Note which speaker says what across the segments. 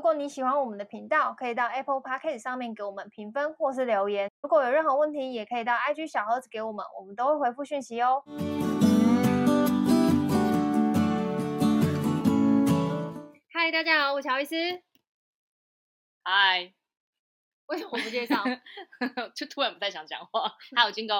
Speaker 1: 果你喜欢我们的频道，可以到 Apple Podcast 上面给我们评分或是留言。如果有任何问题，也可以到 IG 小盒子给我们，我们都会回复讯息哦。嗨，大家好，我是乔伊斯。
Speaker 2: 嗨，
Speaker 1: 为什么不介绍？
Speaker 2: 就突然不太想讲话。还有金工，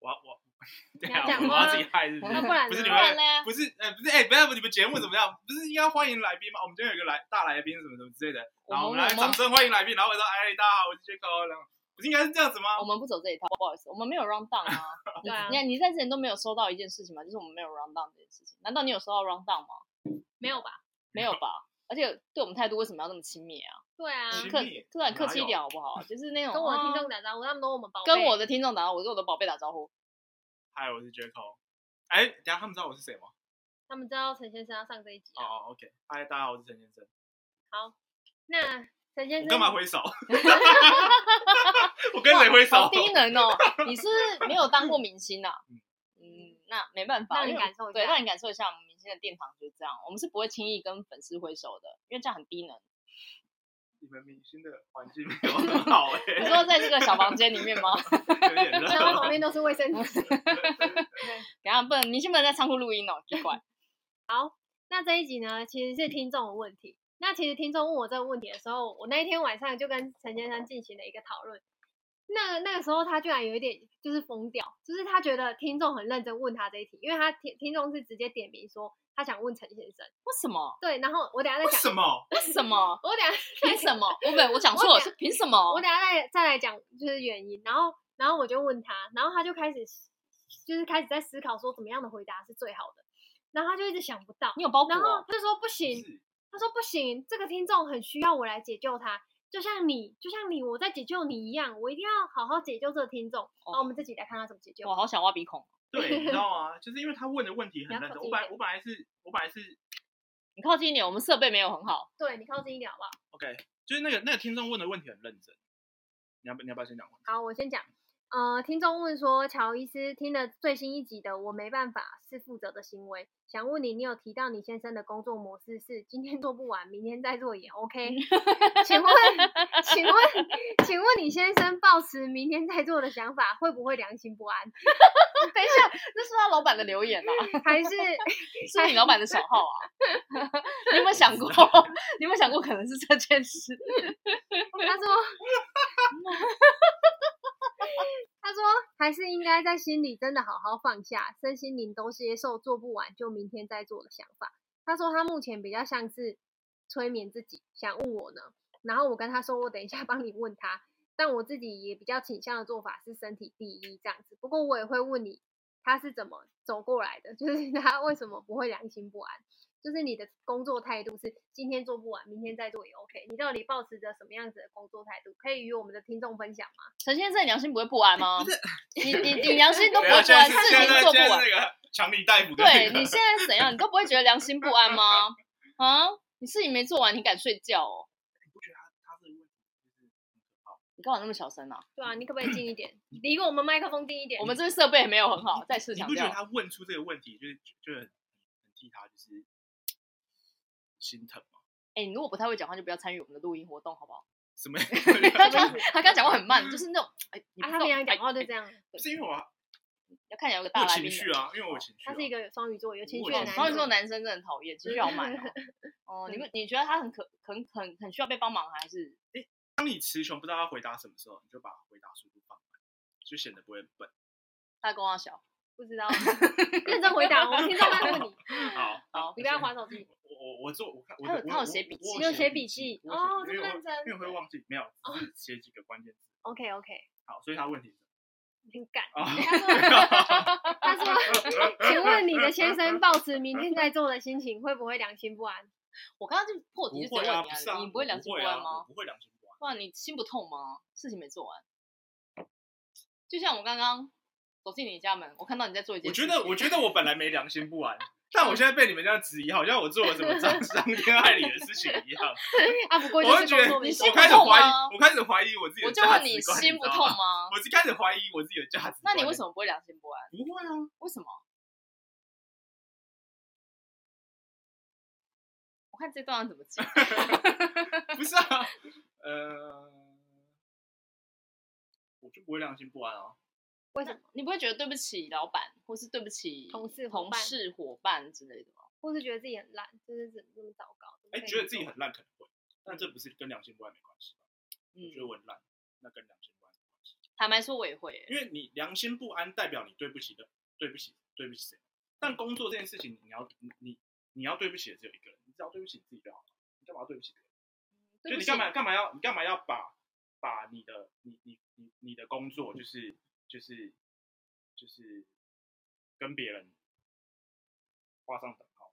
Speaker 3: 我我， 对
Speaker 1: 要
Speaker 3: 啊，
Speaker 1: 讲
Speaker 3: 我
Speaker 1: 吗
Speaker 3: 要自己嗨是不
Speaker 1: 那
Speaker 3: 是？
Speaker 1: 不然
Speaker 3: 不是
Speaker 1: 呢
Speaker 3: 你
Speaker 2: 不然嘞
Speaker 3: 们，不是呃不是哎，不要你们节目怎么样？不是应该欢迎来宾吗？我们今天有一个来大来宾什么什么之类的，然后我们来
Speaker 2: 我们
Speaker 3: 掌声欢迎来宾，然后我说哎大家好，我是 Jaco，然后不是应该是这样子吗？
Speaker 2: 我们不走这一套，不好意思，我们没有 round down 啊。
Speaker 1: 对啊
Speaker 2: 你看你在之前都没有收到一件事情吗？就是我们没有 round down 这件事情。难道你有收到 round down 吗？
Speaker 4: 没有吧？
Speaker 2: 没有 吧？而且对我们态度为什么要那么亲密啊？
Speaker 4: 对啊，
Speaker 3: 亲
Speaker 2: 客
Speaker 3: 密
Speaker 2: 突然客
Speaker 3: 哪
Speaker 2: 气一
Speaker 3: 有
Speaker 2: 点好不好？就是 那种
Speaker 4: 跟我的听
Speaker 2: 啊
Speaker 4: 众打招呼，他们都我们宝贝。
Speaker 2: 跟我的听众打招呼，我跟我的宝贝打招呼。
Speaker 3: 嗨，我是 Jaco。哎，等一下他们知道我是谁吗？
Speaker 4: 他们知道陈先生要上这一集
Speaker 3: 哦
Speaker 4: 啊。
Speaker 3: 哦，OK。嗨，大家好，我是陈先生。
Speaker 4: 那陈先
Speaker 3: 我
Speaker 4: 生
Speaker 3: 干嘛？挥手？我跟谁挥
Speaker 2: 好
Speaker 3: 手？
Speaker 2: 低能 哦！你是不是没有当过明星啊
Speaker 3: 嗯？
Speaker 2: 嗯，那没办法，
Speaker 4: 让
Speaker 2: 因
Speaker 4: 你
Speaker 2: 为
Speaker 4: 感受一
Speaker 2: 对，
Speaker 4: 下
Speaker 2: 让你感受一下我们明星的殿堂就是这样，我们是不会轻易跟粉丝挥手的，因为这样很低能。
Speaker 3: 你们明星的环境没有很好哎，
Speaker 2: 你说在这个小房间里面吗？
Speaker 3: 有点
Speaker 4: 然后旁
Speaker 3: 热。
Speaker 4: 边都是卫生纸。
Speaker 2: 等一下不能，明星不能在仓库录音哦，奇怪。
Speaker 4: 那这一集呢，其实是听众的问题。那其实听众问我这个问题的时候，我那一天晚上就跟陈先生进行了一个讨论。那那个时候他居然有一点就是疯掉，就是他觉得听众很认真问他这一题，因为他听听众是直接点名说他想问陈先生。
Speaker 2: 为什么？
Speaker 4: 对，然后我等一下再
Speaker 3: 为
Speaker 4: 讲。
Speaker 3: 什么？
Speaker 2: 为什么？
Speaker 4: 我等一下
Speaker 2: 凭什么？我不，我讲错
Speaker 4: 我
Speaker 2: 了，
Speaker 4: 讲
Speaker 2: 是凭什么？
Speaker 4: 我等下再再来讲就是原因，然后然后我就问他，然后他就开始就是开始在思考说怎么样的回答是最好的，然后他就一直想不到，
Speaker 2: 你有包袱
Speaker 4: 然后
Speaker 2: 哦？
Speaker 4: 他就说不
Speaker 3: 不
Speaker 4: 行，
Speaker 3: 是
Speaker 4: 他说不行，这个听众很需要我来解救他，就像你就像你我在解救你一样，我一定要好好解救这个听众。然后我们自己来看他怎么解救
Speaker 2: 我。好想挖鼻孔。哦
Speaker 3: 对，你知 道吗？就是因为他问的问题
Speaker 4: 你要
Speaker 3: 很认
Speaker 4: 靠
Speaker 3: 真。
Speaker 4: 近一
Speaker 3: 我本来
Speaker 4: 点
Speaker 3: 我本来是我本来是
Speaker 2: 你靠近一点，我们设备没有很好。
Speaker 4: 对你靠近一点好不好？
Speaker 3: OK，就是那个那个听众问的问题很认真。你要不你要不要先讲问题？
Speaker 4: 好，我先讲。呃，听众问说，乔医师听了最新一集的《我没办法是负责的行为》，想问你，你有提到你先生的工作模式是今天做不完，明天再做也 OK？请问，请问，请问你先生抱持明天再做的想法，会不会良心不安？
Speaker 2: 等一下，这是他老板的留言啊，
Speaker 4: 还是
Speaker 2: 是你老板的小号啊？ 你有没有想 过？你有没有想过可能是这件事？
Speaker 4: 他说，他说还是应该在心里真的好好放下，身心灵都接受，做不完就明天再做的想法。他说他目前比较像是催眠自己，想问我呢。然后我跟他说，我等一下帮你问他。但我自己也比较倾向的做法是身体第一这样子。不过我也会问你，他是怎么走过来的， 就是他为什么不会良心不安。就是你的工作态度是今天做不完，明天再做也 OK。你到底保持着什么样子的工作态度？可以与我们的听众分享吗？
Speaker 2: 陈先生，你良心不会不安吗？
Speaker 3: 不是
Speaker 2: 你你你良心 都不
Speaker 3: 等
Speaker 2: 会
Speaker 3: 一下
Speaker 2: 不安，
Speaker 3: 现在是
Speaker 2: 事
Speaker 3: 现在
Speaker 2: 情
Speaker 3: 是
Speaker 2: 做
Speaker 3: 现
Speaker 2: 不
Speaker 3: 在
Speaker 2: 完
Speaker 3: 是。那个 强尼戴夫的
Speaker 2: 对
Speaker 3: 那个
Speaker 2: 你现在怎样，你都不会觉得良心不安吗？啊，你事情没做完，你敢睡觉哦？
Speaker 3: 他这个问题就是
Speaker 2: 你干嘛那么小声啊？
Speaker 4: 对啊，你可不可以近一点，离我们麦克风近一点？
Speaker 2: 我们这个设备没有很好，再次
Speaker 3: 你
Speaker 2: 强
Speaker 3: 不觉得
Speaker 2: 调，
Speaker 3: 他问出这个问题，就是就就很很替他就是心疼吗？
Speaker 2: 哎，你如果不太会讲话，就不要参与我们的录音活动，好不好？
Speaker 3: 什么？
Speaker 2: 他刚他刚讲话很慢，就是那种哎，你
Speaker 4: 啊，
Speaker 2: 不
Speaker 4: 他
Speaker 2: 懂
Speaker 4: 平常讲
Speaker 2: 哎
Speaker 4: 话就
Speaker 2: 哎
Speaker 4: 这样，
Speaker 3: 不是因为我啊
Speaker 2: 要看起来有个
Speaker 3: 我
Speaker 2: 大
Speaker 3: 有
Speaker 2: 来
Speaker 3: 情
Speaker 2: 宾
Speaker 3: 绪
Speaker 2: 的。
Speaker 3: 啊，因为我有情绪啊。
Speaker 4: 他是一个有双鱼座有情
Speaker 3: 我
Speaker 4: 绪啊
Speaker 3: 也
Speaker 4: 的
Speaker 3: 是
Speaker 4: 男
Speaker 3: 哦
Speaker 2: 双鱼座
Speaker 4: 人。
Speaker 2: 男生真的很讨厌，情绪好满哦。 哦，你们你觉得他很可很很很需要被帮忙，还是
Speaker 3: 当你词穷不知道要回答什么时候，你就把回答速度放慢，就显得不会很笨。
Speaker 2: 大公啊小？
Speaker 4: 不知 道，认真回答，我们听众在问你，
Speaker 2: 嗯
Speaker 3: 好，
Speaker 2: 好
Speaker 4: 你不要划手机。
Speaker 3: 我我我做我看，我
Speaker 2: 他有
Speaker 3: 我
Speaker 2: 他有
Speaker 3: 我
Speaker 2: 写笔记
Speaker 3: 我
Speaker 4: 你有写
Speaker 3: 写
Speaker 4: 笔
Speaker 3: 记
Speaker 4: 记，
Speaker 3: 我有写
Speaker 4: 哦这
Speaker 3: 因为
Speaker 4: 么
Speaker 3: 我
Speaker 4: 认真
Speaker 3: 因为会忘记，没有，只是写几个关键字。
Speaker 4: OK OK，
Speaker 3: 好，所以他问题是
Speaker 4: 很敢。
Speaker 3: 啊，
Speaker 4: 他说，他说，请问你的先生抱持明天在做的心情，会不会良心不安？
Speaker 2: 我刚刚就破
Speaker 3: 不
Speaker 2: 题就直
Speaker 3: 会
Speaker 2: 接
Speaker 3: 啊，
Speaker 2: 问你
Speaker 3: 不是啊，
Speaker 2: 你不
Speaker 3: 我
Speaker 2: 会良心不
Speaker 3: 啊
Speaker 2: 安吗
Speaker 3: 我？不会良心不安，
Speaker 2: 不然你心不痛吗？事情没做完，就像我刚刚走进你家门，我看到你在做一件
Speaker 3: 我
Speaker 2: 事
Speaker 3: 觉
Speaker 2: 情，
Speaker 3: 得我觉得我本来没良心不安，但我现在被你们这样质疑，好像我做了什么伤伤天害理的事情一样，
Speaker 4: 啊，不过就
Speaker 3: 我会
Speaker 4: 是
Speaker 3: 觉
Speaker 4: 工
Speaker 3: 得
Speaker 4: 作
Speaker 3: 我
Speaker 4: 没
Speaker 2: 你
Speaker 4: 做
Speaker 2: 心
Speaker 3: 我
Speaker 2: 不
Speaker 3: 开始
Speaker 2: 痛
Speaker 3: 怀
Speaker 2: 吗
Speaker 3: 疑，我开始怀疑我自己的
Speaker 2: 我
Speaker 3: 价
Speaker 2: 就
Speaker 3: 值观，
Speaker 2: 问你
Speaker 3: 知道吗
Speaker 2: 心不痛吗？
Speaker 3: 我是开始怀疑我自己的价值
Speaker 2: 那
Speaker 3: 观。
Speaker 2: 你为什么不会良心不安？
Speaker 3: 不会啊？
Speaker 2: 为什么？我我看这段要怎么 讲。
Speaker 3: 不是啊，呃，我就不会良心不安啊。
Speaker 4: 为什么？
Speaker 2: 你不会觉得对不起老板，或是对不起
Speaker 4: 同事伙
Speaker 2: 同
Speaker 4: 伴
Speaker 2: 事、伙伴之类的吗？
Speaker 4: 或是觉得自己很烂，就是怎么这么糟糕？怎么
Speaker 3: 哎、
Speaker 4: 可以
Speaker 3: 觉得
Speaker 4: 这
Speaker 3: 自己
Speaker 4: 么
Speaker 3: 很烂可能会，但这不是跟良心不安没关系吧？我觉得
Speaker 2: 嗯，
Speaker 3: 我很烂，那跟良心不安没关系，
Speaker 2: 坦白说我也会欸、
Speaker 3: 因为你良心不安代表你对不起的，对不起，对不起谁？但工作这件事情，你要你你你要对不起的只有一个人，你只要对不起你自己就好了，你干嘛要对不起别人？
Speaker 2: 对
Speaker 3: 就
Speaker 2: 不
Speaker 3: 你
Speaker 2: 起
Speaker 3: 干嘛干嘛要你干嘛要把把你的你你你你的工作就是就是就是跟别人画上等号？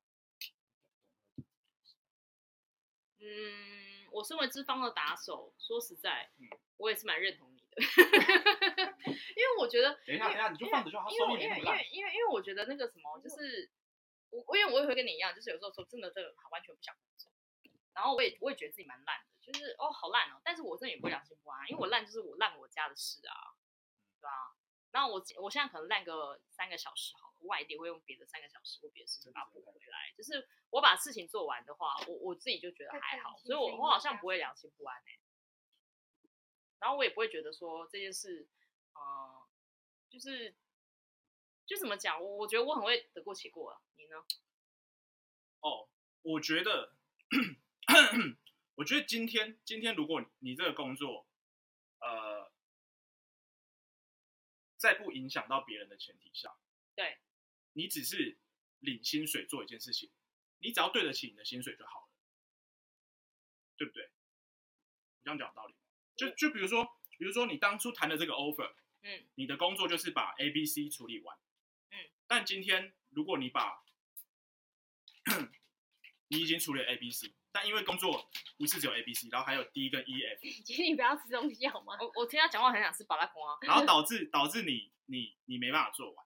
Speaker 2: 嗯，我身为资方的打手，说实在
Speaker 3: 嗯，
Speaker 2: 我也是蛮认同你 的，因为我觉得，
Speaker 3: 等一下等一下，你就放着就好，
Speaker 2: 因为
Speaker 3: 收
Speaker 2: 我
Speaker 3: 益
Speaker 2: 因
Speaker 3: 那
Speaker 2: 为
Speaker 3: 么
Speaker 2: 因
Speaker 3: 烂。
Speaker 2: 为因为因为我觉得那个什么，就是我因为我也会跟你一样，就是有时候说真的这个完全不想做，然后我也我也觉得自己蛮烂的，就是哦好烂哦，但是我真的也不会良心不安，啊因为我烂就是我烂我家的事啊，对啊，然后我我现在可能烂个三个小时好了，我晚一点会用别的三个小时或别的事情把它补回来，就是我把事情做完的话，我我自己就觉得还好，所以我我好像不会良心不安哎、然后我也不会觉得说这件事，呃，就是就怎么讲，我我觉得我很会得过且过啊，你呢？
Speaker 3: 哦，我觉得，我觉得今天今天如果你你这个工作，呃，在不影响到别人的前提下，
Speaker 2: 对，
Speaker 3: 你只是领薪水做一件事情，你只要对得起你的薪水就好了，对不对？我这样讲有道理吗？就就比如说，比如说你当初谈的这个 offer，
Speaker 2: 嗯，
Speaker 3: 你的工作就是把 A、B、C 处理完。
Speaker 2: 嗯，
Speaker 3: 但今天如果你把你已经处理了 A、B、C，但因为工作不是只有 A、B、C，然后还有 D 跟 E、F，
Speaker 4: 请你不要吃东西好吗？
Speaker 2: 我我听他讲话很想吃巴拉公啊，
Speaker 3: 然后导致导致你你你没办法做完。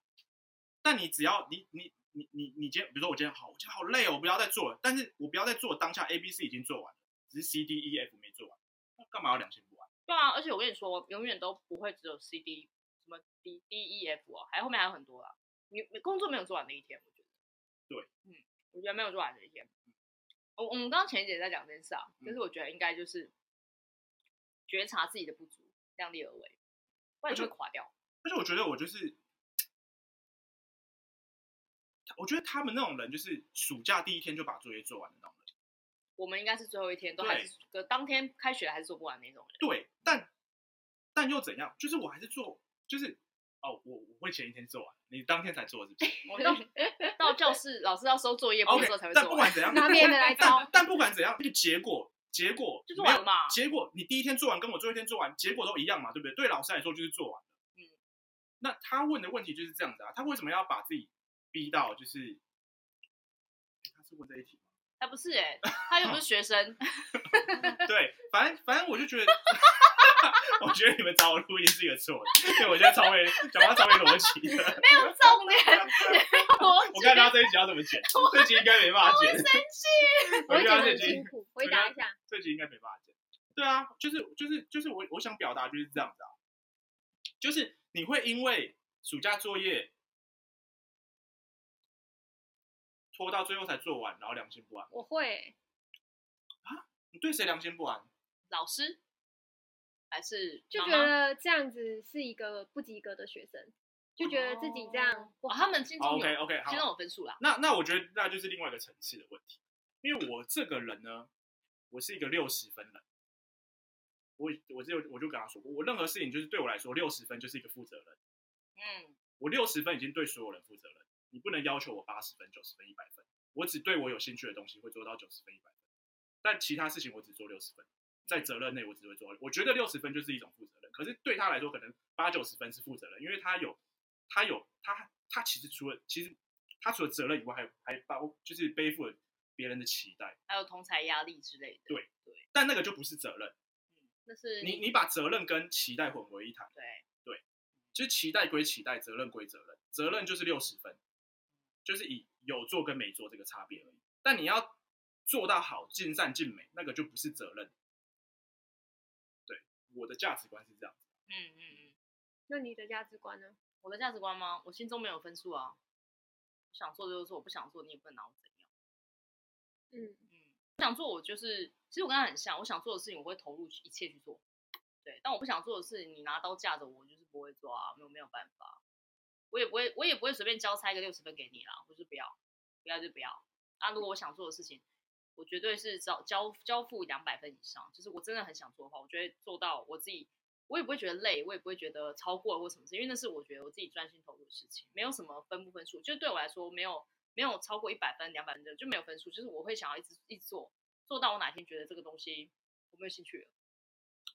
Speaker 3: 但你只要你你你你你今天，比如说我今天好，我今天好累哦，我不要再做了。但是我不要再做，当下 A、B、C 已经做完了，只是 C、D、E、F 没做完，那干嘛要良心不安？
Speaker 2: 对啊，而且我跟你说，永远都不会只有 C D 什么 D D E F 啊，还后面还有很多啦。你你工作没有做完的一天，我觉得。
Speaker 3: 对，
Speaker 2: 嗯，我觉得没有做完的一天。我我们刚刚前一节在讲这件事啊，就是我觉得应该就是觉察自己的不足，量力而为，不然你
Speaker 3: 而且
Speaker 2: 会垮掉。
Speaker 3: 但是我觉得我就是，我觉得他们那种人就是暑假第一天就把作业做完的那种人。
Speaker 2: 我们应该是最后一天都还是隔当天开学还是做不完那种人。
Speaker 3: 对，但但又怎样？就是我还是做，就是哦，我我会前一天做完，你当天才做是不是
Speaker 2: 我到 到教室，老师要收作业，不
Speaker 3: ？OK，
Speaker 2: 做才会
Speaker 3: 但
Speaker 2: 做
Speaker 3: 不
Speaker 2: 完。
Speaker 3: 管怎样，
Speaker 4: 拿别人的来
Speaker 3: 但
Speaker 4: 抄
Speaker 3: 但不管怎样，那个结果结果
Speaker 2: 就做
Speaker 3: 没有
Speaker 2: 完了嘛
Speaker 3: 结果你第一天做完跟我最后一天做完，结果都一样嘛，对不对？对老师来说就是做完了。
Speaker 2: 嗯，
Speaker 3: 那他问的问题就是这样子啊，他为什么要把自己逼到就是？他是问这一题吗？
Speaker 2: 他不是哎、他又不是学生，
Speaker 3: 对，反正反正我就觉得，我觉得你们找我录音是一个错的，因为我觉得超没讲话超没逻辑的。
Speaker 2: 重点我
Speaker 3: 我看到这一集要怎么剪，这集应该没办法剪。
Speaker 4: 我会
Speaker 3: 觉
Speaker 4: 觉得
Speaker 3: 得这
Speaker 4: 很
Speaker 3: 集
Speaker 4: 辛苦。回答一下，
Speaker 3: 这集应该没办法剪。对啊，就是就是就是我我想表达就是这样子啊，就是你会因为暑假作业拖到最后才做完，然后良心不安。
Speaker 4: 我会
Speaker 3: 你对谁良心不安？
Speaker 2: 老师还是
Speaker 4: 就
Speaker 2: 妈
Speaker 4: 觉
Speaker 2: 妈
Speaker 4: 得这样子是一个不及格的学生，就觉得自己
Speaker 2: 哦
Speaker 4: 这样不
Speaker 2: 哇，
Speaker 4: 好
Speaker 2: 他。们心
Speaker 3: 好
Speaker 2: 中
Speaker 3: ，OK
Speaker 2: 有
Speaker 3: 哦 OK，好
Speaker 2: 心。中有分数啦。
Speaker 3: 那那我觉得那就是另外一个层次的问题，因为我这个人呢，我是一个六十分人，我我就我就跟他说过，我任何事情就是对我来说，六十分就是一个负责人，
Speaker 2: 嗯，
Speaker 3: 我六十分已经对所有人负责任，你不能要求我八十分、九十分、一百分，我只对我有兴趣的东西会做到九十分、一百分，但其他事情我只做六十分，在责任内我只会做，我觉得六十分就是一种负责任，可是对他来说可能八九十分是负责任，因为他有他有他他其实除了其实他除了责任以外，还有还包就是背负了别人的期待，
Speaker 2: 还有同才压力之类的。
Speaker 3: 对但那个就不是责任，
Speaker 2: 那是
Speaker 3: 你你把责任跟期待混为一谈。
Speaker 2: 对
Speaker 3: 就是期待归期待，责任归责任，责任就是六十分，就是以有做跟没做这个差别而已。但你要做到好，尽善尽美，那个就不是责任。对，我的价值观是这样。
Speaker 2: 嗯嗯嗯，
Speaker 4: 那你的价值观呢？
Speaker 2: 我的价值观吗？我心中没有分数哦啊，我想做就做，我不想做你也不能拿我怎样。
Speaker 4: 嗯，
Speaker 2: 嗯，想做我就是，其实我跟他很像，我想做的事情我会投入去一切去做，对。但我不想做的事，你拿刀架着我，我就是不会做啊，没有没有办法。我也不会，我也不会随便交差一个六十分给你啦，我就是不要，不要就不要。啊，如果我想做的事情，我绝对是交交交付两百分以上，就是我真的很想做的话，我就会做到我自己，我也不会觉得累，我也不会觉得超过或什么事，因为那是我觉得我自己专心投入的事情，没有什么分不分数，就是对我来说没有没有超过一百分、两百分的就没有分数，就是我会想要一直一直做，做到我哪天觉得这个东西我没有兴趣了，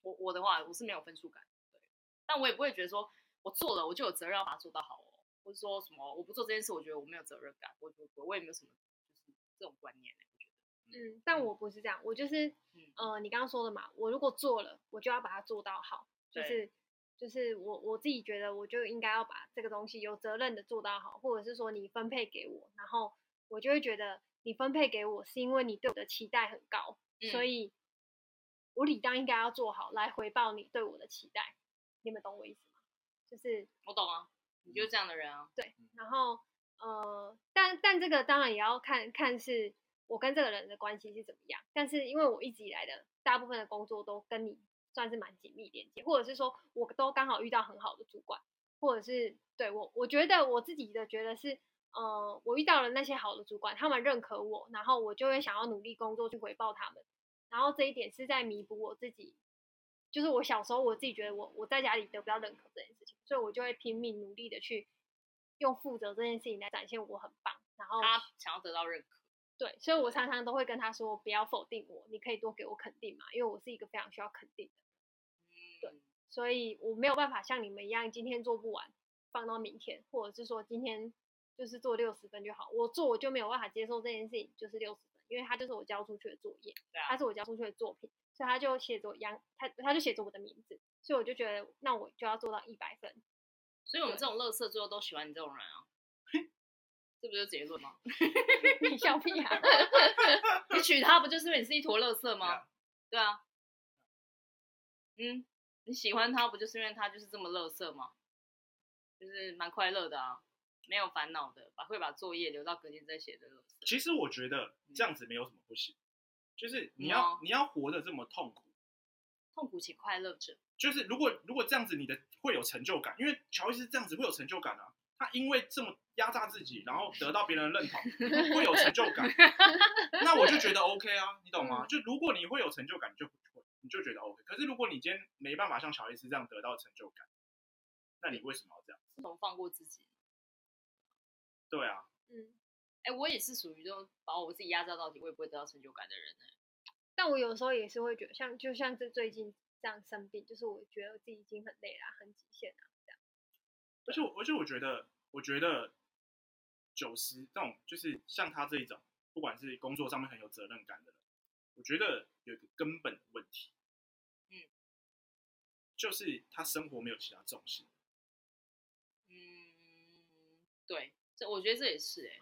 Speaker 2: 我我的话我是没有分数感，对，但我也不会觉得说我做了我就有责任要把它做到好哦，或者说什么我不做这件事，我觉得我没有责任感，我我我我也没有什么就是这种观念、欸我觉得
Speaker 4: 嗯，但我不是这样，我就是，
Speaker 2: 嗯
Speaker 4: 呃，你刚刚说的嘛，我如果做了，我就要把它做到好，就
Speaker 2: 对
Speaker 4: 是就是我我自己觉得，我就应该要把这个东西有责任的做到好，或者是说你分配给我，然后我就会觉得你分配给我是因为你对我的期待很高，所
Speaker 2: 嗯
Speaker 4: 以我理当应该要做好来回报你对我的期待，你们懂我意思吗？就是
Speaker 2: 我懂啊，你就是这样的人啊，
Speaker 4: 然后呃，但但这个当然也要看看是我跟这个人的关系是怎么样。但是因为我一直以来的大部分的工作都跟你算是蛮紧密连接，或者是说我都刚好遇到很好的主管，或者是对我我觉得我自己的觉得是。呃，我遇到了那些好的主管，他们认可我，然后我就会想要努力工作去回报他们。然后这一点是在弥补我自己，就是我小时候我自己觉得我我在家里得不到认可这件事情，所以我就会拼命努力的去用负责这件事情来展现我很棒。然后
Speaker 2: 他想要得到认可。
Speaker 4: 对，所以我常常都会跟他说，不要否定我，你可以多给我肯定嘛，因为我是一个非常需要肯定的，对
Speaker 2: 嗯，
Speaker 4: 所以我没有办法像你们一样，今天做不完放到明天，或者是说今天就是做六十分就好，我做我就没有办法接受这件事情就是六十分，因为它就是我交出去的作业。
Speaker 2: 对啊
Speaker 4: 他，是我交出去的作品，所以他就写着杨，他他就写着我的名字，所以我就觉得那我就要做到一百分。
Speaker 2: 所以我们这种乐色最后都喜欢你这种人啊，这不就是结论吗？
Speaker 4: 你笑屁 啊！
Speaker 2: 你娶她不就是因为你是一坨乐色
Speaker 3: 对
Speaker 2: 吗
Speaker 3: 啊？
Speaker 2: 对啊，嗯，你喜欢她不就是因为她就是这么乐色吗？就是蛮快乐的啊，没有烦恼的，把会把作业留到隔天再写的乐色。
Speaker 3: 其实我觉得这样子没有什么不行，就是你要
Speaker 2: 嗯哦
Speaker 3: 你要活得这么痛苦，
Speaker 2: 痛苦且快乐着，
Speaker 3: 就是如果如果这样子，你的会有成就感，因为乔伊是这样子会有成就感啊。他因为这么压榨自己，然后得到别人的认同，会有成就感。那我就觉得 OK 啊，你懂吗？就如果你会有成就感，你就你就觉得 OK。可是如果你今天没办法像乔伊斯这样得到成就感，那你为什么要这样？
Speaker 2: 自从放过自己。
Speaker 3: 对啊，
Speaker 4: 嗯，
Speaker 2: 哎、我也是属于这种把我自己压榨到底，我也不会得到成就感的人、欸。
Speaker 4: 但我有时候也是会觉得，像就像这最近这样生病，就是我觉得我自己已经很累啦，很极限了。
Speaker 3: 而且我而且我觉得，我觉得九十这种就是像他这一种，不管是工作上面很有责任感的人，我觉得有一个根本的问题，
Speaker 2: 嗯，
Speaker 3: 就是他生活没有其他重心。
Speaker 2: 嗯，对，这我觉得这也是哎、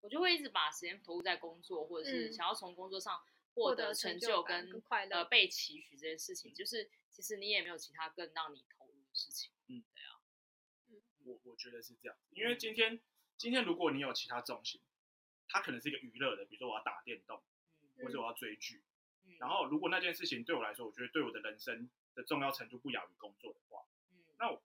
Speaker 2: 我就会一直把时间投入在工作，或者是
Speaker 4: 嗯
Speaker 2: 想要从工作上
Speaker 4: 获
Speaker 2: 获
Speaker 4: 得
Speaker 2: 得
Speaker 4: 成
Speaker 2: 成
Speaker 4: 就
Speaker 2: 就
Speaker 4: 感
Speaker 2: 跟
Speaker 4: 跟快乐
Speaker 2: 呃被期许这件事情，就是其实你也没有其他更让你投入的事情。
Speaker 3: 我我觉得是这样，因
Speaker 2: 嗯
Speaker 3: 为今天今天如果你有其他重心，它可能是一个娱乐的，比如说我要打电动，
Speaker 2: 嗯
Speaker 3: 或者我要追剧。
Speaker 2: 嗯，
Speaker 3: 然后如果那件事情对我来说，我觉得对我的人生的重要程度不亚于工作的话，
Speaker 2: 嗯，
Speaker 3: 那我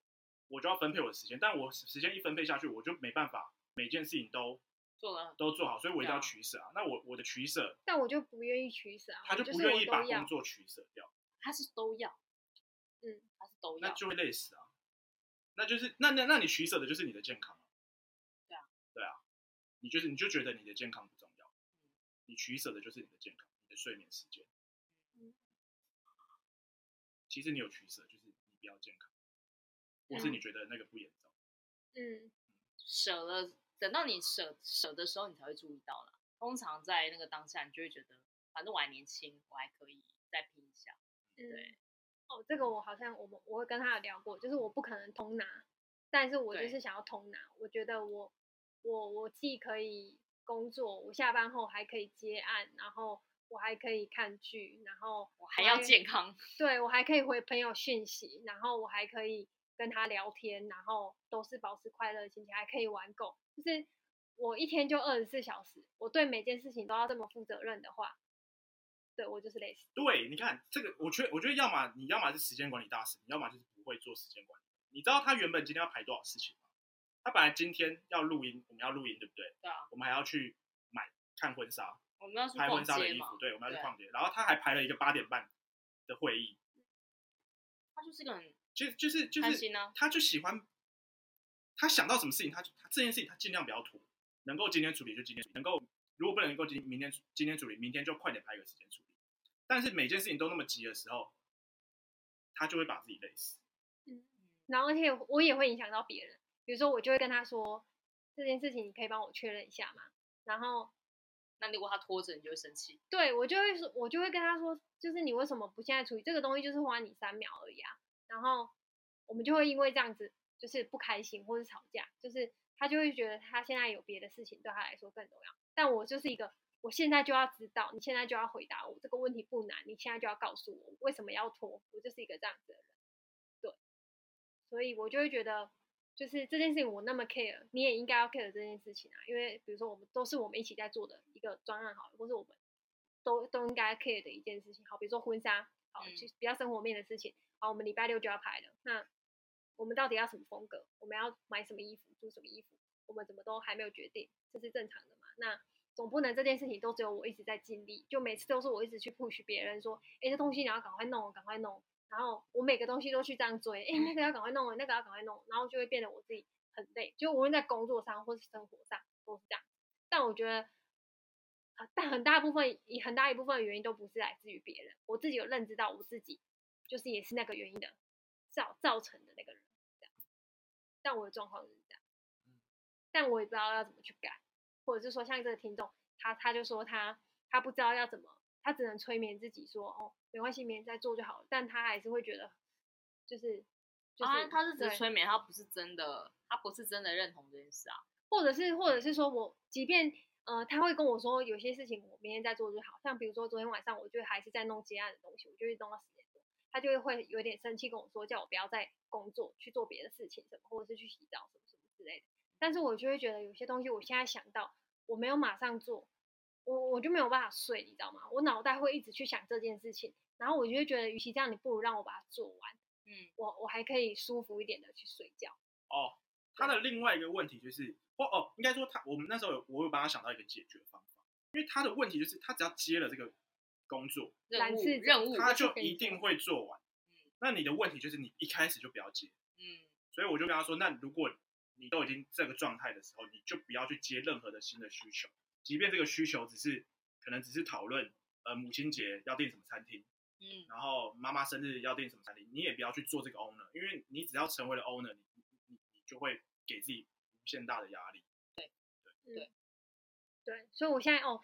Speaker 3: 我就要分配我的时间，但我时时间一分配下去，我就没办法每件事情都
Speaker 2: 做了
Speaker 3: 都做好，所以我一定要
Speaker 2: 对啊
Speaker 3: 取舍啊。那我我的取舍，
Speaker 4: 但我就不愿意取舍啊，
Speaker 3: 他
Speaker 4: 我
Speaker 3: 就
Speaker 4: 就
Speaker 3: 不
Speaker 4: 是
Speaker 3: 愿
Speaker 4: 我
Speaker 3: 意
Speaker 4: 都
Speaker 3: 把
Speaker 4: 要
Speaker 3: 工作取舍掉，
Speaker 2: 他是都要，
Speaker 4: 嗯，
Speaker 2: 他是都
Speaker 3: 那
Speaker 2: 要，
Speaker 3: 就会累死啊。那就是那那那你取舍的就是你的健康啊
Speaker 2: 对啊，
Speaker 3: 对啊，你就是你就觉得你的健康不重要，你取舍的就是你的健康，你的睡眠时间
Speaker 4: 嗯。
Speaker 3: 其实你有取舍，就是你比较健康，或是你觉得那个不严重。
Speaker 4: 嗯，
Speaker 2: 嗯舍了，等到你舍舍的时候，你才会注意到啦。通常在那个当下，你就会觉得，反正我还年轻，我还可以再拼一下。
Speaker 4: 对。哦，这个我好像我们我会跟他有聊过，就是我不可能通拿，但是我就
Speaker 2: 对
Speaker 4: 是想要通拿。我觉得我我我既可以工作，我下班后还可以接案，然后我还可以看剧，然后
Speaker 2: 我还要健康，
Speaker 4: 对我还可以回朋友讯息，然后我还可以跟他聊天，然后都是保持快乐的心情，还可以玩狗。就是我一天就二十四小时，我对每件事情都要这么负责任的话，对我就是类似，
Speaker 3: 对，你看这个，我觉得我觉得要么你要么是时间管理大师，你要么就是不会做时间管理。你知道他原本今天要排多少事情吗？他本来今天要录音，我们要录音，对不对？
Speaker 2: 对啊，
Speaker 3: 我们还要去买看婚纱，
Speaker 2: 我们要去
Speaker 3: 拍
Speaker 2: 逛
Speaker 3: 婚纱的
Speaker 2: 街
Speaker 3: 衣
Speaker 2: 嘛
Speaker 3: 服，，对，我们要去
Speaker 2: 对
Speaker 3: 逛街。然后他还排了一个八点半的会议，
Speaker 2: 他就是个很
Speaker 3: 就就是就
Speaker 2: 贪
Speaker 3: 是
Speaker 2: 心啊
Speaker 3: 他就喜欢，他想到什么事情，他就他这件事情他尽量不要拖，能够今天处理就今天处理，能够如果不能够今明天今天处理，明天就快点拍个时间处理。但是每件事情都那么急的时候，他就会把自己累死。
Speaker 4: 然后而且我也会影响到别人，比如说我就会跟他说这件事情，你可以帮我确认一下嘛，然后
Speaker 2: 那如果他拖着，你就会生气。
Speaker 4: 对我就会说，我就会跟他说，就是你为什么不现在处理这个东西，就是花你三秒而已啊。然后我们就会因为这样子，就是不开心或是吵架，就是他就会觉得他现在有别的事情对他来说更重要。但我就是一个，我现在就要知道，你现在就要回答我这个问题不难，你现在就要告诉我为什么要拖，我就是一个这样子的人。对，所以我就会觉得。就是这件事情我那么 care，你也应该要 care 这件事情啊，因为比如说我们都是我们一起在做的一个专案好了，或是我们都都应该 care 的一件事情，好，比如说婚纱，好，
Speaker 2: 嗯
Speaker 4: 就比较生活面的事情，好，我们礼拜六就要拍了，那我们到底要什么风格？我们要买什么衣服，租什么衣服？我们怎么都还没有决定，这是正常的嘛？那总不能这件事情都只有我一直在尽力，就每次都是我一直去 push 别人说，哎、这东西你要赶快弄，赶快弄，哦然后我每个东西都去这样追，哎、那个要赶快弄，那个要赶快弄，然后就会变得我自己很累，就无论在工作上或是生活上都是这样。但我觉得，呃但很大部分以很大一部分的原因都不是来自于别人，我自己有认知到我自己就是也是那个原因的造造成的那个人，这样。但我的状况就是这样，但我也不知道要怎么去改，或者是说像这个听众，他他就说他他不知道要怎么，他只能催眠自己说哦没关系，明天再做就好了，但他还是会觉得就是。就是、
Speaker 2: 啊，他是只
Speaker 4: 对
Speaker 2: 是催眠，他不是真的，他不是真的认同这件事啊。
Speaker 4: 或者是或者是说我即便呃他会跟我说有些事情我明天再做就好，像比如说昨天晚上我就还是在弄接案的东西，我就一直弄到十点多，他就会有点生气跟我说叫我不要再工作去做别的事情什么，或者是去洗澡什么什么之类的。但是我就会觉得有些东西我现在想到我没有马上做，我我就没有办法睡，你知道吗？我脑袋会一直去想这件事情，然后我就会觉得，与其这样，你不如让我把它做完，
Speaker 2: 嗯，
Speaker 4: 我我还可以舒服一点的去睡觉。
Speaker 3: 哦，他的另外一个问题就是，或哦，应该说他我们那时候有我有帮他想到一个解决方法，因为他的问题就是他只要接了这个工作，
Speaker 2: 任
Speaker 4: 懒
Speaker 2: 务
Speaker 4: 是这
Speaker 2: 任务，
Speaker 3: 他
Speaker 4: 就
Speaker 3: 就
Speaker 4: 跟你
Speaker 3: 一定
Speaker 4: 说
Speaker 3: 会做完
Speaker 2: 嗯。
Speaker 3: 那你的问题就是你一开始就不要接，
Speaker 2: 嗯
Speaker 3: 所以我就跟他说，那如果你都已经这个状态的时候，你就不要去接任何的新的需求，即便这个需求只是可能只是讨论，呃，母亲节要订什么餐厅，
Speaker 2: 嗯，
Speaker 3: 然后妈妈生日要订什么餐厅，你也不要去做这个 owner，因为你只要成为了 owner，你你你你就会给自己无限大的压力。
Speaker 4: 对，所以我现在哦，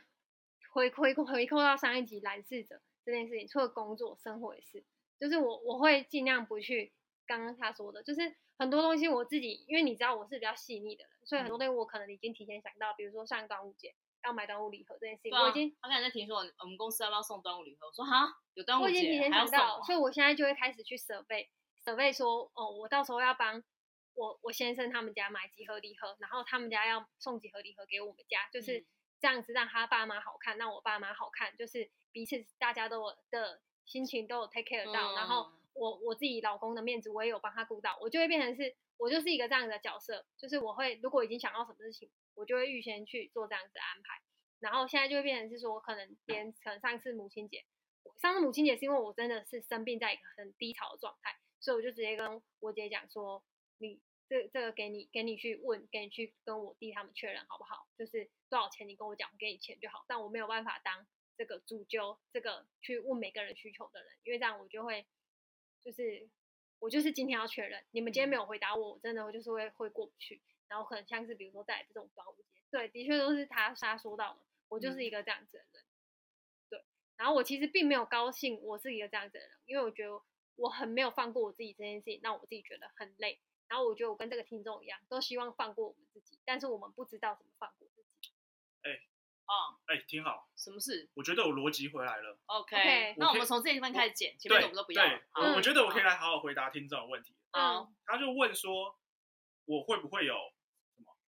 Speaker 4: 回回回扣到上一集蓝视者这件事情，除了工作、生活也是，就是我我会尽量不去刚刚他说的，就是很多东西我自己，因为你知道我是比较细腻的人，所以很
Speaker 2: 嗯
Speaker 4: 多东西我可能已经提前想到，比如说上端午节要买端午礼盒这件事情，
Speaker 2: 对啊
Speaker 4: 我已经。
Speaker 2: 他刚才在听说我们我们公司要不要送端午礼盒，我说哈，有端午
Speaker 4: 我已经提
Speaker 2: 节
Speaker 4: 前
Speaker 2: 还要
Speaker 4: 想
Speaker 2: 送
Speaker 4: 到，
Speaker 2: 啊，
Speaker 4: 所以我现在就会开始去 survey survey 说，哦，我到时候要帮我我先生他们家买几盒礼盒，然后他们家要送几盒礼盒给我们家，就是
Speaker 2: 嗯
Speaker 4: 这样子让他爸妈好看，让我爸妈好看，就是彼此大家都有的心情都有 take care 到，然后
Speaker 2: 嗯
Speaker 4: 我我自己老公的面子我也有帮他顾到，我就会变成是我就是一个这样的角色，就是我会如果已经想到什么事情，我就会预先去做这样子的安排。然后现在就会变成是说，可能别
Speaker 2: 嗯
Speaker 4: 人可能上次母亲节，我上次母亲节是因为我真的是生病在一个很低潮的状态，所以我就直接跟我姐讲说，你这这个给你给你去问，给你去跟我弟他们确认好不好？就是多少钱你跟我讲，我给你钱就好。但我没有办法当这个主揪，这个去问每个人需求的人，因为这样我就会就是我就是今天要确认，你们今天没有回答我，我真的就是会会过不去。然后可能像是比如说带来这种端午节，对，的确都是他他说到的，我就是一个这样子的人，对。然后我其实并没有高兴我是一个这样子的人，因为我觉得我很没有放过我自己这件事情，让我自己觉得很累。然后我觉得我跟这个听众一样，都希望放过我们自己，但是我们不知道怎么放过自己。
Speaker 2: 啊，
Speaker 3: 哎、挺好，
Speaker 2: 什么事
Speaker 3: 我觉得我逻辑回来了。
Speaker 4: OK
Speaker 2: ？OK，
Speaker 3: 我
Speaker 2: 那我
Speaker 3: 可以
Speaker 2: 们从这一份开始剪，前
Speaker 3: 对
Speaker 2: 面的我们都不要
Speaker 3: 对
Speaker 2: 了。好
Speaker 3: 我我觉得我可以
Speaker 2: 好
Speaker 3: 来好好回答听众的问题。
Speaker 2: 好，
Speaker 3: 他就问说，我会不会有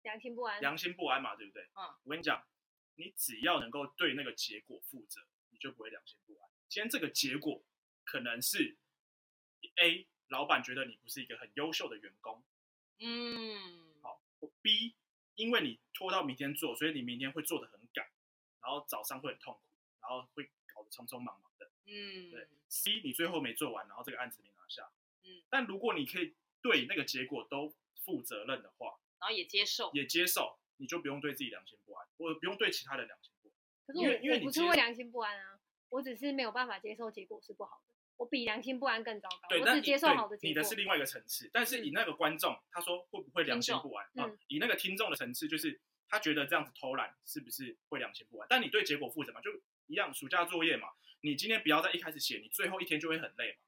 Speaker 4: 良心不安，
Speaker 3: 良心不安嘛？对不对？
Speaker 2: 嗯，
Speaker 3: 我跟你讲，你只要能够对那个结果负责，你就不会良心不安。今天这个结果可能是 A 老板觉得你不是一个很优秀的员工
Speaker 2: 嗯，好，
Speaker 3: ，B 因为你拖到明天做，所以你明天会做的很赶，然后早上会很痛苦，然后会搞得匆匆忙忙的。
Speaker 2: 嗯，
Speaker 3: 对，C 你最后没做完，然后这个案子没拿下。
Speaker 2: 嗯，
Speaker 3: 但如果你可以对那个结果都负责任的话，
Speaker 2: 然后也接受，
Speaker 3: 也接受，你就不用对自己良心不安，或者不用对其他人良心不安。
Speaker 4: 可是
Speaker 3: 因为因
Speaker 4: 我
Speaker 3: 为
Speaker 4: 我
Speaker 3: 你
Speaker 4: 不是
Speaker 3: 接
Speaker 4: 会良心不安啊，我只是没有办法接受结果是不好的，我比良心不安更糟糕，
Speaker 3: 对，
Speaker 4: 我
Speaker 3: 但
Speaker 4: 只
Speaker 3: 你
Speaker 4: 接受
Speaker 3: 对
Speaker 4: 好的结果。嗯
Speaker 3: 你的是另外一个层次。但是以那个观众，他说会不会良心不安
Speaker 4: 听
Speaker 3: 啊
Speaker 4: 众？嗯
Speaker 3: 以那个听众的层次，就是他觉得这样子偷懒是不是会良心不安？但你对结果负责嘛，就一样，暑假作业嘛，你今天不要在一开始写，你最后一天就会很累嘛，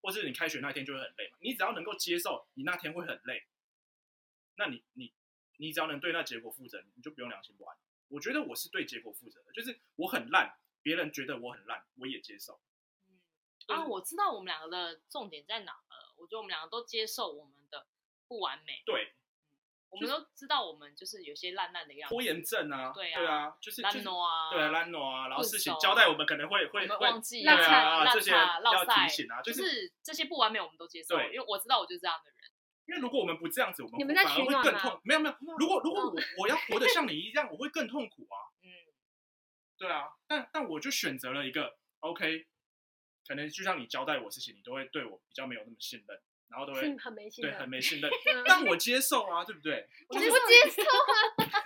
Speaker 3: 或是你开学那一天就会很累嘛。你只要能够接受你那天会很累，那你你你只要能对那结果负责，你就不用良心不安。我觉得我是对结果负责的，就是我很烂，别人觉得我很烂，我也接受。
Speaker 2: 啊，我知道我们两个的重点在哪了。我觉得我们两个都接受我们的不完美，
Speaker 3: 对，
Speaker 2: 我们都知道我们就是有些烂烂的样子，
Speaker 3: 拖延症啊，
Speaker 2: 对啊
Speaker 3: 啊，就是就
Speaker 2: 烂
Speaker 3: 是
Speaker 2: 惰啊，
Speaker 3: 对啊，烂惰啊，然后
Speaker 2: 不
Speaker 3: 事情
Speaker 2: 熟
Speaker 3: 交代我们可能会
Speaker 2: 我
Speaker 3: 会
Speaker 2: 们
Speaker 3: 会
Speaker 2: 忘记
Speaker 3: 对
Speaker 4: 烂
Speaker 3: 啊
Speaker 2: 菜
Speaker 3: 这些
Speaker 2: 烂菜
Speaker 3: 要
Speaker 2: 落赛
Speaker 3: 提醒啊，
Speaker 2: 就是是这些不完美我们都接受，
Speaker 3: 对
Speaker 2: 因为我知道我就是这样的人。
Speaker 3: 因为如果我们不这样子，我
Speaker 4: 你们
Speaker 3: 们
Speaker 4: 在
Speaker 3: 反而
Speaker 4: 取
Speaker 3: 会
Speaker 4: 暖
Speaker 3: 更
Speaker 4: 吗
Speaker 3: 痛。没有没有
Speaker 2: 嗯
Speaker 4: 没有，
Speaker 3: 如果如
Speaker 4: 哦
Speaker 3: 果我我要活得像你一样，我会更痛苦啊。
Speaker 2: 嗯，
Speaker 3: 对啊，但但我就选择了一个 OK，可能就像你交代我事情，你都会对我比较没有那么信任，然后都
Speaker 4: 是
Speaker 3: 会
Speaker 4: 很没信
Speaker 3: 对
Speaker 4: 任。
Speaker 3: 很没 信任，
Speaker 4: 嗯
Speaker 3: 但我接受啊，对不对？
Speaker 4: 我
Speaker 2: 我
Speaker 4: 接
Speaker 2: 接
Speaker 4: 受
Speaker 2: 受，
Speaker 4: 接受，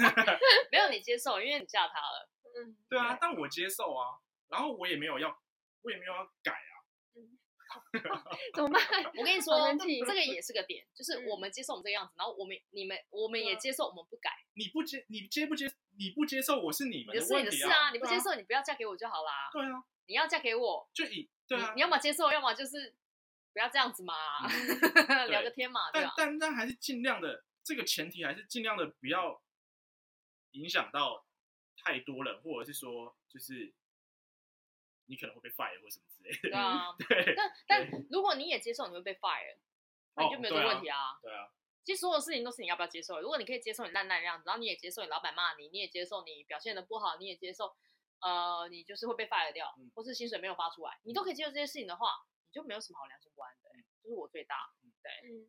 Speaker 4: 啊
Speaker 2: 没有你接受，因为你嫁他了。
Speaker 4: 嗯，
Speaker 3: 对啊，但我接受啊，然后我也没有要，我也没有要改啊。
Speaker 4: 怎么办？
Speaker 2: 我跟你
Speaker 4: 好
Speaker 2: 说，
Speaker 4: 生气
Speaker 2: 这个也是个点，就是
Speaker 4: 嗯
Speaker 2: 我们接受我们这个样子，然后我们你们我们也
Speaker 4: 嗯
Speaker 2: 接受我们不改，
Speaker 3: 你不接，你接不接，你不接受我是你
Speaker 2: 你
Speaker 3: 们
Speaker 2: 的事你
Speaker 3: 问
Speaker 2: 的
Speaker 3: 题
Speaker 2: 事啊，你不
Speaker 3: 对
Speaker 2: 接受你不要嫁给我就好啦。
Speaker 3: 对啊，
Speaker 2: 你要嫁给我，
Speaker 3: 就以对啊
Speaker 2: 你，你要么接受，要么就是不要这样子嘛， 聊个天嘛，对
Speaker 3: 嗯
Speaker 2: 啊
Speaker 3: 但
Speaker 2: 吧？
Speaker 3: 但但还是尽量的，这个前提还是尽量的不要影响到太多人，或者是说就是你可能会被 fire 或什么之类的。
Speaker 2: 对啊，
Speaker 3: 对
Speaker 2: 但但如果你也接受，你会被 fire，那你就
Speaker 3: 哦
Speaker 2: 没有这
Speaker 3: 对
Speaker 2: 个
Speaker 3: 啊
Speaker 2: 问题啊。
Speaker 3: 对 啊，
Speaker 2: 其实所有事情都是你要不要接受。如果你可以接受你烂烂的样子，然后你也接受你老板骂你，你也接受你表现的不好，你也接受，呃，你就是会被 fire 掉
Speaker 3: 嗯，
Speaker 2: 或是薪水没有发出来，你都可以接受这些事情的话，你就没有什么好良心不安的、
Speaker 3: 嗯
Speaker 2: 就是我最大，对
Speaker 4: 嗯，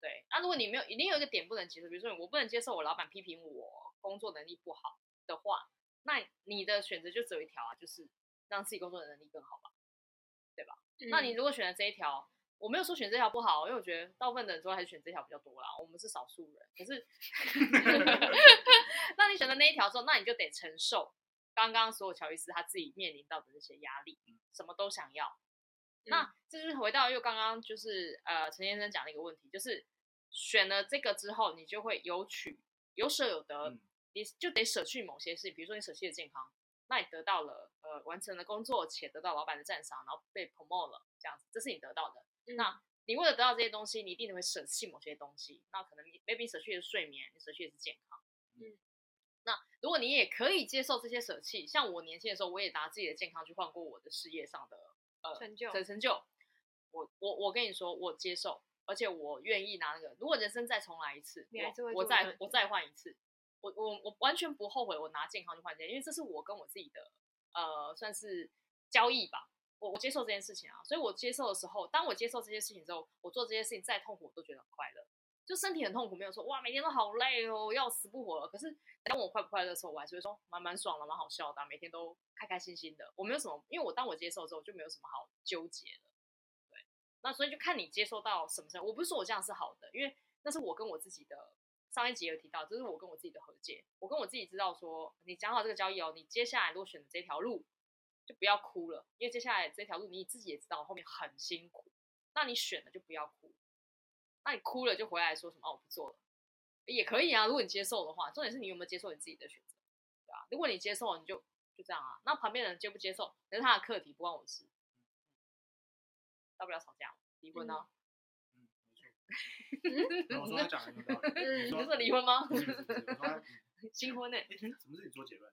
Speaker 2: 对。那、如果你没有，一定有一个点不能接受，比如说我不能接受我老板批评我工作能力不好的话，那你的选择就只有一条啊，就是让自己工作的能力更好吧。那
Speaker 4: 嗯
Speaker 2: 你如果选了这一条，我没有说选这条不好，因为我觉得大部分的人都还是选这条比较多啦。我们是少数人，可是，那你选的那一条之后，那你就得承受刚刚所有乔伊斯他自己面临到的这些压力，什么都想要。那这就是回到又刚刚就是呃陈先生讲的一个问题，就是选了这个之后，你就会有取有舍有得，
Speaker 3: 嗯
Speaker 2: 你就得舍去某些事情，比如说你舍弃了健康，那你得到了呃完成了工作且得到老板的赞赏，然后被 promote 了，这样子，这是你得到的。
Speaker 4: 嗯
Speaker 2: 那你为了得到这些东西，你一定会舍弃某些东西，那可能你 maybe 舍去的是睡眠，你舍去的是健康。
Speaker 4: 嗯，
Speaker 2: 那如果你也可以接受这些舍弃，像我年轻的时候，我也拿自己的健康去换过我的事业上的呃
Speaker 4: 成就
Speaker 2: 成成就。我我我跟你说，我接受，而且我愿意拿那个。如果人生再重来一次，
Speaker 4: 你还是会
Speaker 2: 我我
Speaker 4: 做这样
Speaker 2: 再
Speaker 4: 子
Speaker 2: 我再换一次，我我我完全不后悔我拿健康去换钱，因为这是我跟我自己的呃算是交易吧。我我接受这件事情啊，所以我接受的时候，当我接受这些事情之后，我做这些事情再痛苦，我都觉得很快乐。就身体很痛苦，没有说哇每天都好累哦，要死不活了。可是当我快不快乐的时候，我还是会说蛮蛮爽的，蛮好笑的啊、每天都开开心心的。我没有什么，因为我当我接受之后，就没有什么好纠结的。对，那所以就看你接受到什么程度。我不是说我这样是好的，因为那是我跟我自己的。上一集有提到，这是我跟我自己的和解。我跟我自己知道说，你讲好这个交易哦，你接下来如果选择这条路，就不要哭了，因为接下来这条路你自己也知道后面很辛苦。那你选了就不要哭，那你哭了就回来说什么、哦、我不做了，也可以啊。如果你接受的话，重点是你有没有接受你自己的选择，对啊吧、如果你接受，你就就这样啊。那旁边的人接不接受，那是他的课题，不关我的事。嗯大不了吵架嘛，离婚啊？
Speaker 3: 嗯，没错。我说他讲的有道理。
Speaker 4: 嗯
Speaker 3: 你
Speaker 2: 你
Speaker 3: 说
Speaker 2: 是说离婚吗？
Speaker 3: 不是不是不是我说他，
Speaker 2: 新婚呢、
Speaker 3: 哎，什么事你做结论？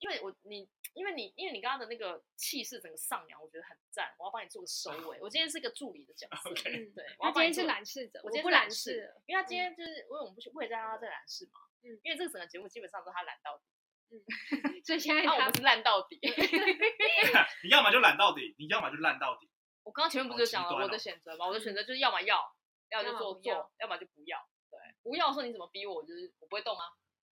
Speaker 2: 因为我你因为你因为你刚刚的那个气势整个上扬，我觉得很赞。我要帮你做个收 尾。我今天是个助理的角色
Speaker 3: OK
Speaker 4: 嗯
Speaker 2: 对，
Speaker 4: 他
Speaker 2: 我要
Speaker 4: 啊今
Speaker 2: 帮你
Speaker 4: 天是
Speaker 2: 做
Speaker 4: 懒事者，
Speaker 2: 我今天
Speaker 4: 不
Speaker 2: 是
Speaker 4: 懒
Speaker 2: 懒
Speaker 4: 事
Speaker 2: 事
Speaker 4: 了，
Speaker 2: 因为他今天就是因为我们不是为了让他这个懒事嘛，
Speaker 4: 嗯
Speaker 2: 因为这个整个节目基本上都他懒到底，
Speaker 4: 所以现在
Speaker 2: 那啊我
Speaker 4: 他
Speaker 2: 们是烂到底。
Speaker 3: 你要么就懒到底，你要么就烂到底。
Speaker 2: 我刚刚前面不是
Speaker 3: 好
Speaker 2: 就讲
Speaker 3: 极
Speaker 2: 了
Speaker 3: 端
Speaker 2: 我的
Speaker 3: 哦
Speaker 2: 选择嘛？我的选择就是要么要，要
Speaker 4: 嗯要
Speaker 2: 就
Speaker 4: 么
Speaker 2: 做
Speaker 4: 不要
Speaker 2: 做，要么就不要。对，不要的时候你怎么逼我，我就是我不会动啊，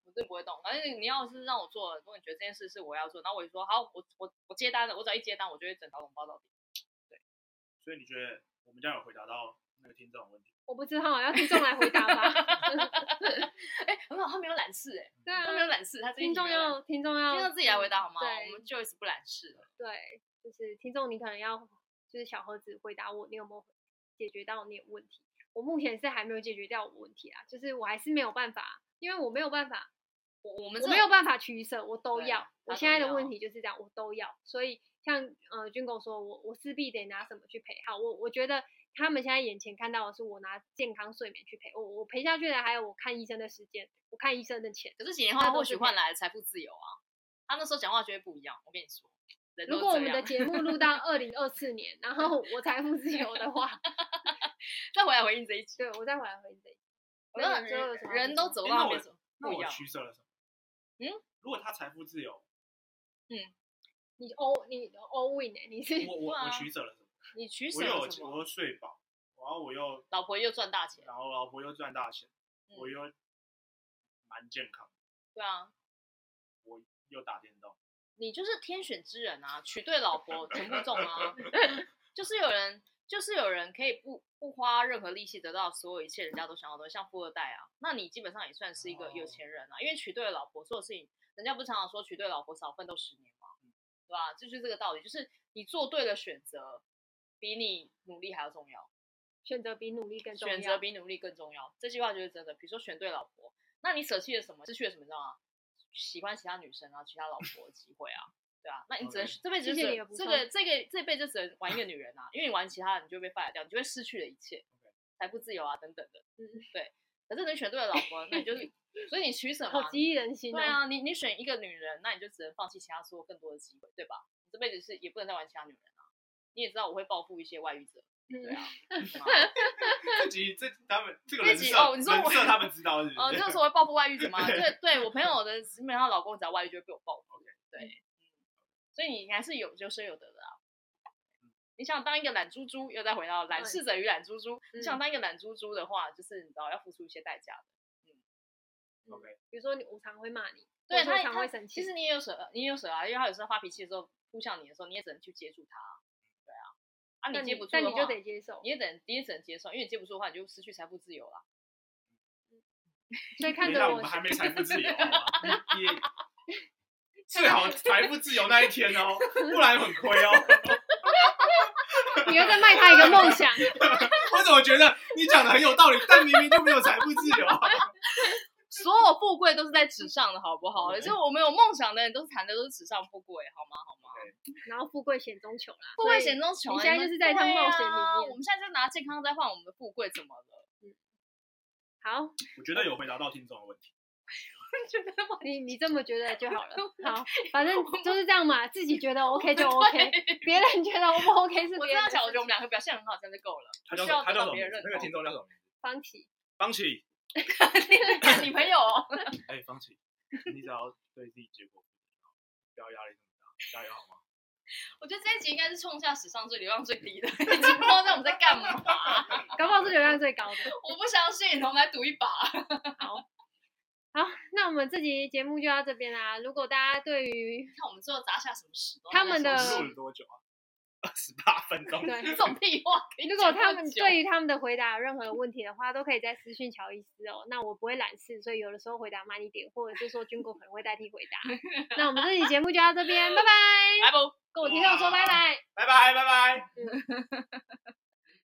Speaker 2: 我真的不会动。反正你要是让我做了，如果你觉得这件事是我要做，然后我就说好，我我我接单了，我只要一接单，我就会整条笼包到底。
Speaker 3: 所以你觉得我们这样有回答到那个听众的问题？
Speaker 4: 我不知道，要听众来回答吧。
Speaker 2: 哎、很好，他没有懒事哎、
Speaker 4: 对
Speaker 2: 他没有
Speaker 4: 啊，
Speaker 2: 懒事，他这一
Speaker 4: 听
Speaker 2: 集
Speaker 4: 众
Speaker 2: 没有懒
Speaker 4: 要
Speaker 2: 事
Speaker 4: 听众要
Speaker 2: 听众自己来回答好吗？
Speaker 4: 对
Speaker 2: 我们 Joyce 不懒事了，
Speaker 4: 对，就是听众，你可能要就是小盒子回答我，你有没有解决到你的问题？我目前是还没有解决掉我的问题啊，就是我还是没有办法，因为我没有办法，
Speaker 2: 我我们
Speaker 4: 我
Speaker 2: 这
Speaker 4: 没有办法取舍，我都
Speaker 2: 对
Speaker 4: 要
Speaker 2: 啊。
Speaker 4: 我
Speaker 2: 他
Speaker 4: 现
Speaker 2: 都
Speaker 4: 在的
Speaker 2: 要
Speaker 4: 问题就是这样，我都要。所以像呃军狗说，我我势必得拿什么去陪好我，我觉得。他们现在眼前看到的是我拿健康睡眠去陪我，我陪下去的还有我看医生的时间，我看医生的钱。
Speaker 2: 可是几年后
Speaker 4: 那
Speaker 2: 他
Speaker 4: 都
Speaker 2: 或
Speaker 4: 是
Speaker 2: 许
Speaker 4: 可以
Speaker 2: 换来财富自由啊，他那时候讲话绝对不一样。我跟你说，人都
Speaker 4: 如果我
Speaker 2: 这
Speaker 4: 们的
Speaker 2: 样
Speaker 4: 节目录到二零二四年，然后我财富自由的话，
Speaker 2: 再回来回应这一集，
Speaker 4: 对我再回来回你这一
Speaker 2: 我
Speaker 4: 那
Speaker 2: 跟
Speaker 4: 你
Speaker 2: 你
Speaker 4: 最后有什
Speaker 2: 说
Speaker 4: 么
Speaker 2: 人
Speaker 4: 要
Speaker 2: 都
Speaker 4: 补
Speaker 2: 走
Speaker 3: 诶
Speaker 2: 到
Speaker 3: 哎
Speaker 2: 那
Speaker 3: 那我
Speaker 2: 边走，
Speaker 3: 那
Speaker 2: 不一
Speaker 3: 我
Speaker 2: 样。
Speaker 3: 取舍了什么？
Speaker 2: 嗯，
Speaker 3: 如果他财富自 由，
Speaker 4: 你 all 你 all win 哎、你是
Speaker 3: 我我
Speaker 2: 对啊
Speaker 3: 我取舍了什么？
Speaker 2: 你取舍
Speaker 3: 我又
Speaker 2: 了什
Speaker 3: 有我
Speaker 2: 么？
Speaker 3: 又睡饱，然后我又
Speaker 2: 老婆又赚大钱，
Speaker 3: 然后老婆又赚大钱，
Speaker 2: 嗯
Speaker 3: 我又蛮健康，
Speaker 2: 对啊，
Speaker 3: 我又打电动，
Speaker 2: 你就是天选之人啊，娶对老婆全部中啊，就是有人。就是有人可以不不花任何力气得到所有一切人家都想要的东西，像富二代啊，那你基本上也算是一个有
Speaker 3: 哦
Speaker 2: 钱人啊，因为娶对了老婆，所有事情，人家不是常常说娶对老婆少奋斗十年吗？对吧？这就是这个道理，就是你做对了选择，比你努力还要重要。
Speaker 4: 选择比努力更重要。
Speaker 2: 选择比努力更重要。这句话就是真的。比如说选对老婆，那你舍弃了什么？失去了什么？你知道吗？喜欢其他女生啊，其他老婆的机会啊，对啊。那你只能
Speaker 3: OK
Speaker 2: 这辈子就
Speaker 4: 谢谢
Speaker 2: 只
Speaker 4: 你的
Speaker 2: 能
Speaker 4: 补
Speaker 2: 这
Speaker 4: 充
Speaker 2: 个这个这辈子就只能玩一个女人啊，因为你玩其他的，你就会被 fire 掉，你就会失去了一切，财富自由啊等等的。
Speaker 4: 嗯
Speaker 2: 对。可是你选对了老婆，那 你就是，所以你取舍
Speaker 4: 好
Speaker 2: 嘛，
Speaker 4: 激励人心、哦
Speaker 2: 对啊，你你选一个女人，那你就只能放弃其他所有更多的机会，对吧？你这辈子是也不能再玩其他女人啊。你也知道我会报复一些外遇者，对
Speaker 4: 嗯
Speaker 2: 啊，懂吗
Speaker 3: 这集这他们这个
Speaker 2: 这
Speaker 3: 人
Speaker 2: 集
Speaker 3: 设、
Speaker 2: 哦你说
Speaker 3: 人
Speaker 2: 我
Speaker 3: 设他们知道是不是？
Speaker 2: 哦， 就是我会报复外遇者吗？对，对我朋友的基本上老公只要外遇就会被我报复。对，嗯，所以你还是有有舍有得的啊。你想当一个懒猪猪，又再回到懒
Speaker 4: 嗯对
Speaker 2: 事者与懒猪猪。你想
Speaker 4: 嗯
Speaker 2: 当一个懒猪猪的话，就是你知道要付出一些代价的。
Speaker 3: OK，
Speaker 4: 比如说你我常会骂你，
Speaker 2: 对
Speaker 4: 或者
Speaker 2: 他
Speaker 4: 我常
Speaker 2: 他
Speaker 4: 会生气。
Speaker 2: 其实你也有舍，你也有舍啊，因为他有时候发脾气的时候扑向你的时候，你也只能去接住他啊。对啊，啊
Speaker 4: 但
Speaker 2: 你接不住
Speaker 4: 但
Speaker 2: 的
Speaker 4: 你就
Speaker 2: 话，
Speaker 4: 得接受
Speaker 2: 你。也只能你也只能接受，因为你接不住的话，你就失去财富自由了。
Speaker 4: 所以看
Speaker 3: 没
Speaker 4: 着
Speaker 3: 啦我
Speaker 4: 我
Speaker 3: 们，还没财 富自由、好吗？你你 最好财富自由那一天哦，不然很亏哦。
Speaker 4: 你又在卖他一个梦想。
Speaker 3: 我怎么觉得你讲的很有道理，但明明就没有财富自由啊？
Speaker 2: 所有富贵都是在纸上的，好不好？
Speaker 3: OK
Speaker 2: 就我们有梦想的人，都是谈的都是纸上富贵，好吗？好吗？
Speaker 4: 然后富贵险中求啦，
Speaker 2: 富贵险中求啊，
Speaker 4: 你现在
Speaker 2: 们
Speaker 4: 就是在一趟
Speaker 2: 对
Speaker 4: 冒险里
Speaker 2: 啊
Speaker 4: 面
Speaker 2: 我们现在就拿健康在换我们的富贵，怎么了？
Speaker 4: 好，
Speaker 3: 我觉得有回答到听众的问题。
Speaker 2: 觉得我
Speaker 4: 你你这么觉得就好了。好，反正就是这样嘛，自己觉得 OK 就 OK，别人觉得 O 不 OK 是
Speaker 2: 我
Speaker 4: 别人
Speaker 2: 这样
Speaker 4: 的
Speaker 2: 想，我觉得我
Speaker 4: 事
Speaker 2: 们两个表现很好，这样就 够了。
Speaker 3: 他
Speaker 2: 不
Speaker 3: 叫
Speaker 2: 需要
Speaker 3: 什么
Speaker 2: 得到
Speaker 3: 他叫什么
Speaker 2: 别
Speaker 3: 名
Speaker 2: 人哦认？
Speaker 3: 字那个听
Speaker 2: 同。
Speaker 3: 众叫什么名字？
Speaker 4: 方琦，
Speaker 2: 你在讲你朋友哦，
Speaker 3: 哎，方琦，你只要对自己结果不要压力这么大，加油好吗？
Speaker 2: 我觉得这一集应该是冲下史上最流量最低的，已经不知道我们在干嘛。
Speaker 4: 搞不好是流量最高的。
Speaker 2: 我不相信，我们来赌一把。
Speaker 4: 好，那我们这集节目就到这边啦。如果大家对于
Speaker 2: 看我们最后砸下什么石头？
Speaker 4: 他们的
Speaker 2: 那
Speaker 3: 我们录了多久啊？ 二十八分钟。
Speaker 4: 对
Speaker 2: 这种屁话可以
Speaker 4: 如果
Speaker 2: 哎讲多久，
Speaker 4: 他们对于他们的回答有任何问题的话，都可以在私讯乔伊斯哦。那我不会懒事，所以有的时候回答慢一点，或者是说军哥可能会代替回答。那我们这期节目就到这边，拜拜，
Speaker 2: 来不？
Speaker 4: 跟我听众说拜拜。
Speaker 3: 拜拜拜拜。